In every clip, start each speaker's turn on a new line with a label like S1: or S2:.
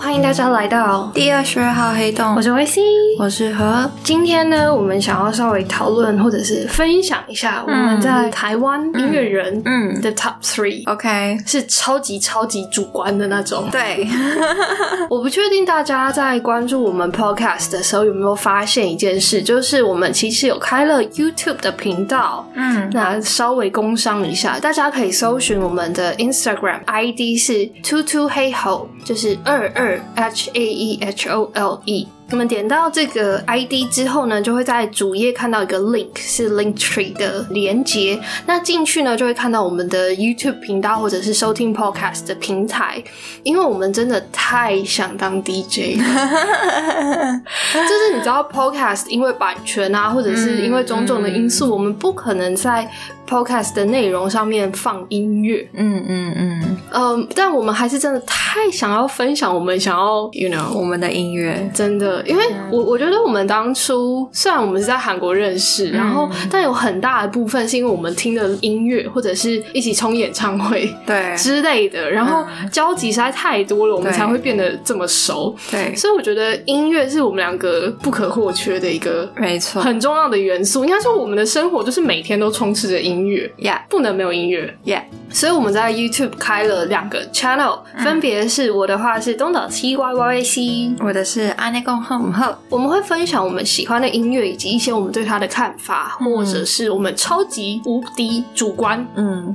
S1: 欢迎大家来到，
S2: 第二十二号黑洞，
S1: 我是维 C。
S2: 我是何，
S1: 今天呢，我们想要稍微讨论或者是分享一下我们在台湾音乐人
S2: 嗯
S1: 的 Top Three，、
S2: ，OK，
S1: 是超级超级主观的那 种。
S2: 对，
S1: 我不确定大家在关注我们 Podcast 的时候有没有发现一件事，就是我们其实有开了 YouTube 的频道，
S2: 嗯
S1: 那稍微工商一下，大家可以搜寻我们的 Instagram ID 是 two two 黑猴，就是二二 H A E H O L E。我们点到这个 ID 之后呢，就会在主页看到一个 link 是 Linktree 的连接。那进去呢，就会看到我们的 YouTube 频道或者是收听 Podcast 的平台。因为我们真的太想当 DJ 了，就是你知道 podcast 因为版权啊，或者
S2: 嗯
S1: 是因为种种的因素，我们不可能在 podcast 的内容上面放音乐。
S2: 嗯嗯嗯，
S1: 嗯，但我们还是真的太想要分享，我们想要，you know。
S2: 我们的音乐，
S1: 真的，因为
S2: 嗯
S1: 我我觉得我们当初虽然我们是在韩国认识，
S2: 嗯
S1: 然后但有很大的部分是因为我们听的音乐或者是一起冲演唱会
S2: 对嗯
S1: 之类的，然后交集实在太多了，我们
S2: 对
S1: 才会变得这么熟。
S2: 对，
S1: 所以我觉得音乐是我们两个不可或缺的一个
S2: 没错
S1: 很重要的元素。应该说，我们的生活就是每天都充斥着音乐，
S2: ，Yeah
S1: 不能没有音乐。
S2: Yeah，
S1: 所以我们在 YouTube 开了两个 channel，、分
S2: 嗯
S1: 别是我的话是东岛 T Y Y C，
S2: 我的是阿内贡和母后，
S1: 我们会分享我们喜欢的音乐以及一些我们对它的看法，
S2: 嗯
S1: 或者是我们超级无敌主观
S2: 嗯，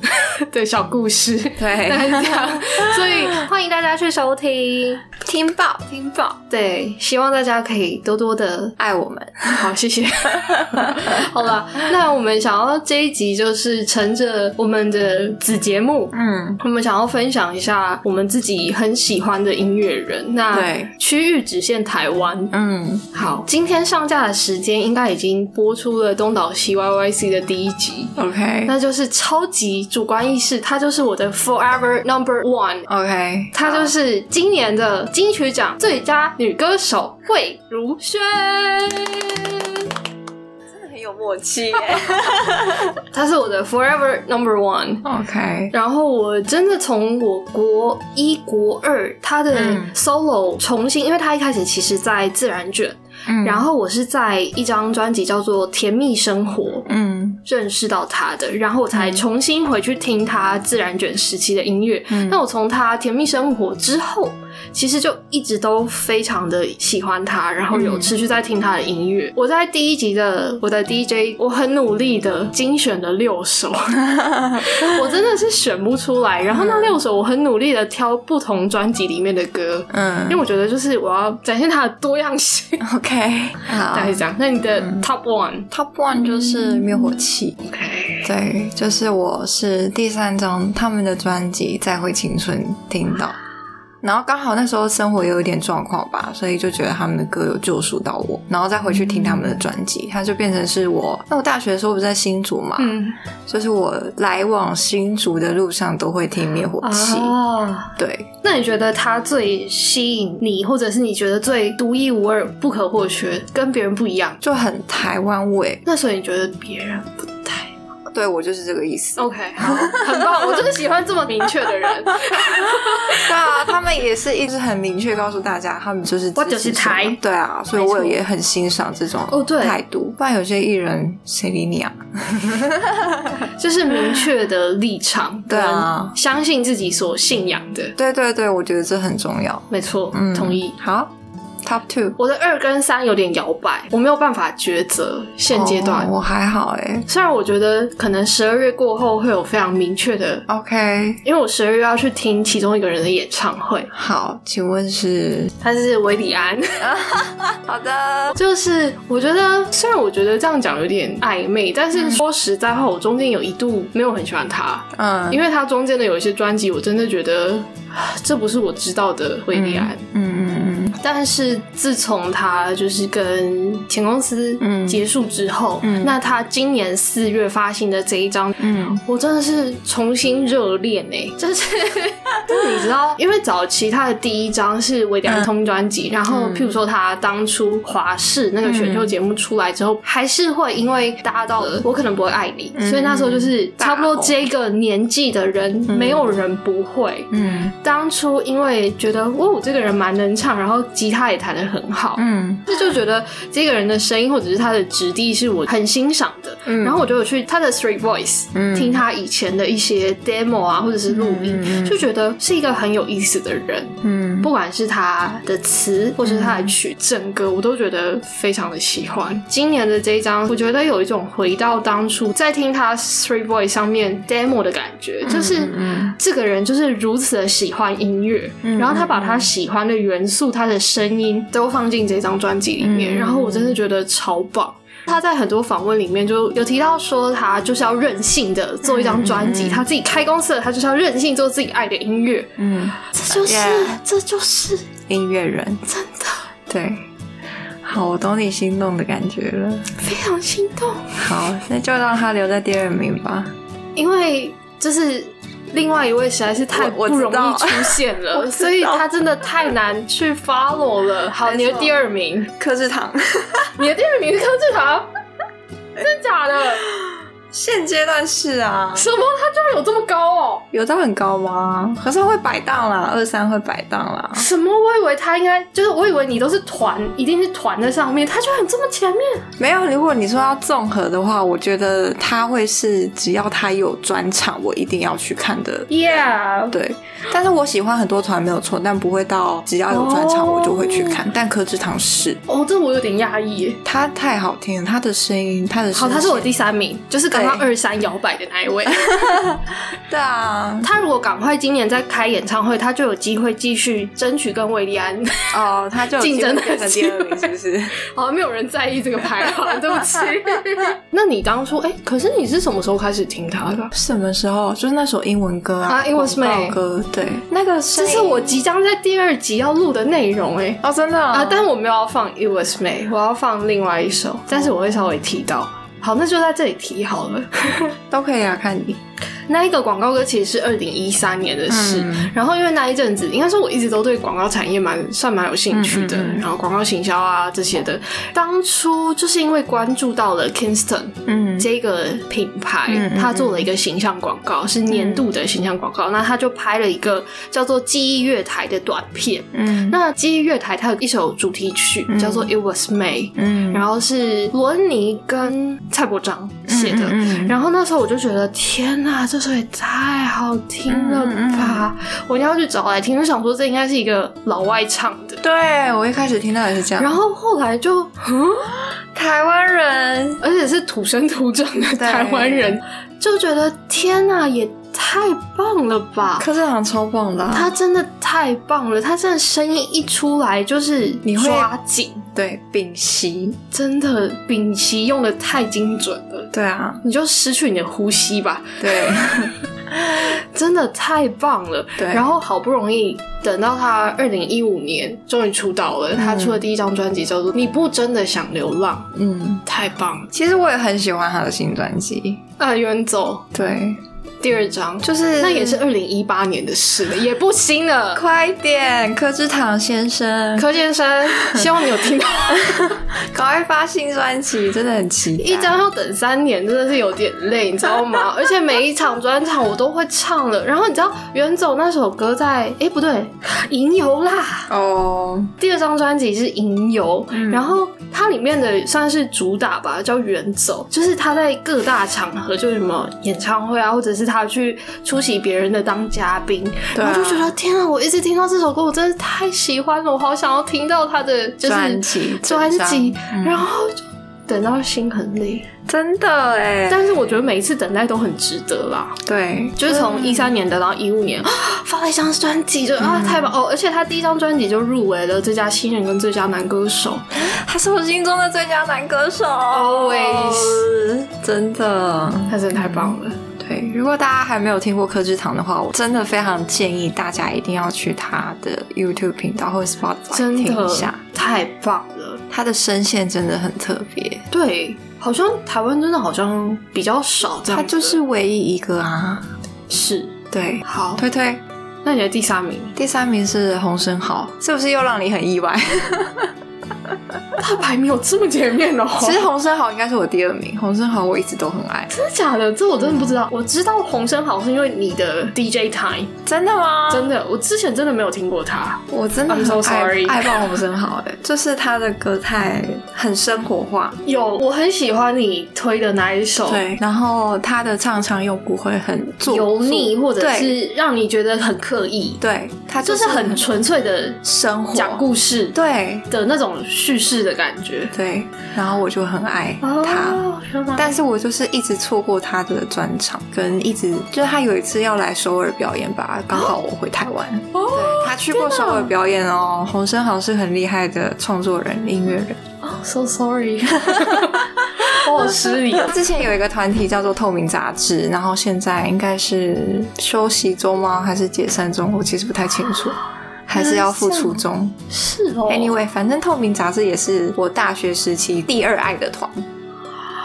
S1: 的小故事。
S2: 对
S1: 大概是这样， 所以欢迎大家去收听。
S2: 听爆听爆，
S1: 对，希望大家可以多多的
S2: 爱我们，
S1: 好，谢谢。好了，那我们想要这一集就是乘着我们的子节目，
S2: 嗯，
S1: 我们想要分享一下我们自己很喜欢的音乐人。那
S2: 对
S1: 区域只限台湾。
S2: 嗯，
S1: 好，今天上架的时间应该已经播出了东岛西 YYC 的第一集。
S2: ，OK
S1: 那就是超级主观意识，它就是我的 forever number one，
S2: OK，
S1: 她就是今年的金曲奖最佳女歌手魏如萱。
S2: 很有默契
S1: 她是我的 Forever Number One。
S2: ，OK，
S1: 然后我真的从我国一、国二她的
S2: 嗯
S1: solo 重新，因为她一开始其实在自然卷，
S2: 嗯
S1: 然后我是在一张专辑叫做《甜蜜生活》
S2: 嗯
S1: 认识到她的，然后我才重新回去听她自然卷时期的音乐。
S2: 嗯
S1: 那我从她《甜蜜生活》之后，其实就一直都非常的喜欢她，然后有
S2: 嗯
S1: 持续在听她的音乐。我在第一集的我的 DJ，我很努力的精选了六 首，我真的是选不出来。然后那六首我很努力的挑不同专辑里面的歌，因为
S2: 嗯啊
S1: 我觉得就是我要展现它的多样性，
S2: ，OK，好
S1: 大概是这样。那你的
S2: 嗯
S1: Top One，OK，、
S2: ，Top One 就是灭火器。
S1: OK
S2: 对，就是我是第三张他们的专辑《再会青春》听到，然后刚好那时候生活有一点状况吧，所以就觉得他们的歌有救赎到我，然后再回去听他们的专辑，它就变成是我。那我大学的时候不是在新竹嘛，
S1: 嗯，
S2: 就是我来往新竹的路上都会听灭火器。
S1: 啊，
S2: 对，
S1: 那你觉得它最吸引你，或者是你觉得最独一无二、不可或缺，跟别人不一样？
S2: 就很台湾味。
S1: 那所以你觉得别人不太
S2: 对我就是这个意思。
S1: OK？好，很棒，我就是喜欢这么明确的人。
S2: 对啊，他们也是一直很明确告诉大家，他们就是
S1: 我就是
S2: 支持什么
S1: 台
S2: 对啊，所以
S1: 没错
S2: 我也很欣赏这种
S1: 哦对
S2: 态度。不然有些艺人谁理你啊？
S1: 就是明确的立场，
S2: 对啊
S1: 跟相信自己所信仰的，
S2: 对对对，我觉得这很重要。
S1: 没错，
S2: 嗯，
S1: 同意。
S2: 好，Top Two
S1: 我的二跟三有点摇摆，我没有办法抉择。现阶段，
S2: 哦我还好哎、
S1: 虽然我觉得可能十二月过后会有非常明确的，
S2: OK，
S1: 因为我十二月要去听其中一个人的演唱会，
S2: 好，请问是？
S1: 他是维里安。
S2: 好的，
S1: 就是我觉得，虽然我觉得这样讲有点暧昧，但是说实在话，我中间有一度没有很喜欢他，
S2: 嗯，
S1: 因为他中间的有一些专辑，我真的觉得啊这不是我知道的维里安。
S2: 嗯嗯嗯，
S1: 但是自从他就是跟前公司
S2: 嗯
S1: 结束之后，
S2: 嗯
S1: 那他今年四月发行的这一张，
S2: 嗯
S1: 我真的是重新热恋哎，就是 就是你知道，因为早期他的第一张是韦良通专辑，然后
S2: 嗯
S1: 譬如说他当初华视那个选秀节目出来之后，还是会因为搭到了我可能不会爱你，
S2: 嗯
S1: 所以那时候就是
S2: 大
S1: 差不多
S2: 红
S1: 这个年纪的人，
S2: 嗯
S1: 没有人不会。
S2: 嗯
S1: 当初因为觉得哦，这个人蛮能唱，然后吉他也弹得很好，
S2: 嗯
S1: 这就觉得这个人的声音或者是他的质地是我很欣赏的。
S2: 嗯
S1: 然后我就有去他的 Street Voice，
S2: 嗯
S1: 听他以前的一些 demo 啊，或者是录音，
S2: 嗯嗯嗯
S1: 就觉得是一个很有意思的人。
S2: 嗯
S1: 不管是他的词，或是他的曲，整个我都觉得非常的喜欢。今年的这一张，我觉得有一种回到当初在听他 Three Boy 上面 demo 的感觉，就是
S2: 嗯嗯
S1: 这个人就是如此的喜欢音乐，
S2: 嗯
S1: 然后他把他喜欢的元素、他的声音都放进这张专辑里面，
S2: 嗯
S1: 然后我真的觉得超棒。他在很多访问里面就有提到说，他就是要任性的做一张专辑，
S2: 嗯嗯嗯
S1: 他自己开公司了，他就是要任性做自己爱的音乐。
S2: 嗯，
S1: 这就是
S2: Yeah
S1: 这就是
S2: 音乐人
S1: 真的
S2: 对。好，我懂你心动的感觉了。
S1: 非常心动，
S2: 好，那就让他留在第二名吧。
S1: 因为就是另外一位实在是太
S2: 我我
S1: 不
S2: 知
S1: 容
S2: 道
S1: 易出现
S2: 我
S1: 了，
S2: 知道
S1: 所以他真的太难去 follow 了。好，
S2: 没错
S1: 你的第二名，
S2: 柯志堂，
S1: 你的第二名是柯志 堂，真假的？
S2: 现阶段是啊，
S1: 什么？他居然有这么高哦？
S2: 有到很高吗？可是会摆荡啦，二三会摆荡啦。
S1: 什么？我以为他应该就是，我以为你都是团，一定是团在上面，他居然这么前面。
S2: 没有，如果你说要综合的话，我觉得他会是只要他有专场，我一定要去看的。
S1: Yeah，
S2: 对，但是我喜欢很多团没有错，但不会到只要有专场
S1: 哦
S2: 我就会去看。但柯志堂是，
S1: 哦，这我有点压抑耶。
S2: 他太好听了，他的声音，他的
S1: 好，
S2: 声
S1: 他是我
S2: 线
S1: 第三名，就是刚刚
S2: 对
S1: 二三摇摆的那一位。
S2: 对啊，
S1: 他如果赶快今年再开演唱会，他就有机会继续争取跟韦利 安。
S2: 哦，他就有
S1: 竞争
S2: 机会变成第二名，是不是？
S1: 好像没有人在意这个排行，对不起。 那你当初哎、可是你是什么时候开始听他的？
S2: 什么时候？就是那首英文歌
S1: 啊
S2: 啊，
S1: ，It was
S2: 广告
S1: me
S2: 歌，对，那个声
S1: 这
S2: 音
S1: 是我即将在第二集要录的内容哎、
S2: 哦，真的
S1: 啊，但我没有要放《It Was Me》，我要放另外一首，但是我会稍微提到。好，那就在这里提好了。
S2: 都可以啊，看你
S1: 那一个广告歌其实是二零一三年的事，
S2: 嗯
S1: 然后因为那一阵子，应该说我一直都对广告产业蛮算蛮有兴趣的，
S2: 嗯嗯嗯
S1: 然后广告行销啊这些的，当初就是因为关注到了 Kingston
S2: 嗯
S1: 这个品牌，
S2: 嗯嗯
S1: 它做了一个形象广告，是年度的形象广告，那他就拍了一个叫做《记忆月台》的短片。
S2: 嗯
S1: 那《记忆月台》它有一首主题曲、
S2: 嗯
S1: 叫做《It Was Me》，
S2: 嗯
S1: 然后是罗恩尼跟蔡伯章写的。
S2: 嗯
S1: 然后那时候我就觉得，天呐，这首也太好听了
S2: 嗯
S1: 吧！我一定要去找来听。就想说，这应该是一个老外唱的。
S2: 对我一开始听到也是这样，
S1: 然后后来就，嗯，
S2: 台湾人
S1: 而且是土生土长的
S2: 对
S1: 台湾人，就觉得天呐，也太棒了吧！
S2: 柯震堂超棒的啊、
S1: 他真的太棒了，他真的声音一出来就是
S2: 你会
S1: 抓紧，
S2: 对丙烯，
S1: 真的屏息用的太精准了，
S2: 对啊，
S1: 你就失去你的呼吸吧。
S2: 对
S1: 真的太棒了。
S2: 对
S1: 然后好不容易等到他二零一五年终于出道了，他出的第一张专辑叫做《你不真的想流浪
S2: 嗯》，，
S1: 太棒了。
S2: 其实我也很喜欢他的新专辑，
S1: 啊，远走
S2: 对，
S1: 第二张，
S2: 就是
S1: 那也是二零一八年的事了，也不新了。
S2: 快点，柯志堂先生，
S1: 柯先 生，希望你有听到，
S2: 赶快发新专辑，真的很期待。
S1: 一张要等三年，真的是有点累，你知道 吗？而且每一场专场我都会唱了。然后你知道远走那首歌在，哎不对，吟游啦，
S2: 哦，
S1: 第二张专辑是《吟游》
S2: 嗯
S1: 然后它里面的算是主打吧，叫《远走》，就是他在各大场合，就是什么演唱会啊，或者是他去出席别人的当嘉宾，
S2: 对啊
S1: 然后就觉得天啊，我一直听到这首歌，我真的太喜欢了，我好想要听到他的就是
S2: 专辑
S1: 专辑
S2: 整张嗯
S1: 然后就等到心很累，
S2: 真的哎，
S1: 但是我觉得每一次等待都很值得啦。
S2: 对，
S1: 就是从
S2: 嗯
S1: 一三年的到一五年，啊 发了一张专辑，就啊太棒哦！而且他第一张专辑就入围了最佳新人跟最佳男歌手，
S2: 他是我心中的最佳男歌手
S1: Always
S2: 真的，
S1: 他真的太棒了。
S2: 对，对，如果大家还没有听过柯智堂的话，我真的非常建议大家一定要去他的 YouTube 频道或者 Spotify
S1: 真
S2: 听
S1: 的
S2: 一下，
S1: 太棒了。
S2: 他的声线真的很特别，
S1: 对，好像台湾真的好像比较少这样的，
S2: 他就是唯一一个啊。
S1: 是
S2: 对，
S1: 好。
S2: 推推
S1: 那你的第三名，
S2: 第三名是洪生豪，是不是又让你很意 外？
S1: 他排名有这么前 面哦？
S2: 其实洪生豪应该是我第二名，洪生豪我一直都很爱。
S1: 真的假的？这我真的不知道。我知道洪生豪是因为你的 DJ Time，
S2: 真的吗？
S1: 真的，我之前真的没有听过他。
S2: 我真的
S1: I'm so
S2: 很爱
S1: sorry
S2: 爱爆洪生豪哎、 就是他的歌太很生活化，
S1: 有，我很喜欢你推的那一首，
S2: 对，然后他的唱腔又不会很做
S1: 油腻
S2: 作
S1: 或者
S2: 对
S1: 是让你觉得很刻意，
S2: 对，他
S1: 就是
S2: 是
S1: 很纯粹的
S2: 生活
S1: 讲故事
S2: 对
S1: 的那种叙事的感觉。
S2: 对，然后我就很爱他。
S1: 哦，原来
S2: 但是我就是一直错过他的专场，跟一直就是他有一次要来首尔表演吧，刚好我回台湾，对
S1: 哦
S2: 他去过
S1: 天
S2: 首
S1: 哪
S2: 尔表演哦。洪生豪是很厉害的创作人、音乐人，
S1: 哦，so sorry，我好失礼哦。
S2: 之前有一个团体叫做透明杂志，然后现在应该是休息中吗？还是解散中？我其实不太清楚，还是要复出中。
S1: 是哦
S2: Anyway，反正透明杂志也是我大学时期第二爱的团，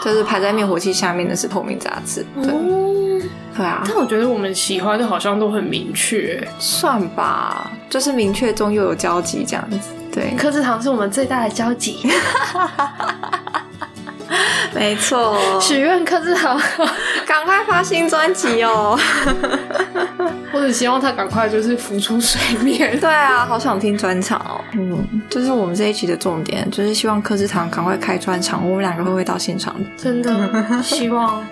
S2: 就是排在灭火器下面的是透明杂志。对、
S1: 哦
S2: 对啊，
S1: 但我觉得我们喜欢的好像都很明确。
S2: 算吧，就是明确中又有交集这样子。对，
S1: 柯志堂是我们最大的交集，
S2: 没错，
S1: 许愿柯志堂，
S2: 赶快发新专辑哦。
S1: 我只希望他赶快就是浮出水面。
S2: 对啊，好想听专场哦。嗯，就是我们这一集的重点，就是希望柯志堂赶快开专场，我们两个会不会到现场？
S1: 真 的希望，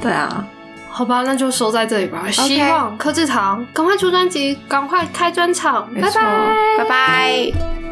S2: 对啊，
S1: 好吧，那就收在这里吧。希望柯志堂赶快出专辑，赶快开专场，
S2: 没
S1: 拜
S2: 错
S1: 拜。，
S2: 拜拜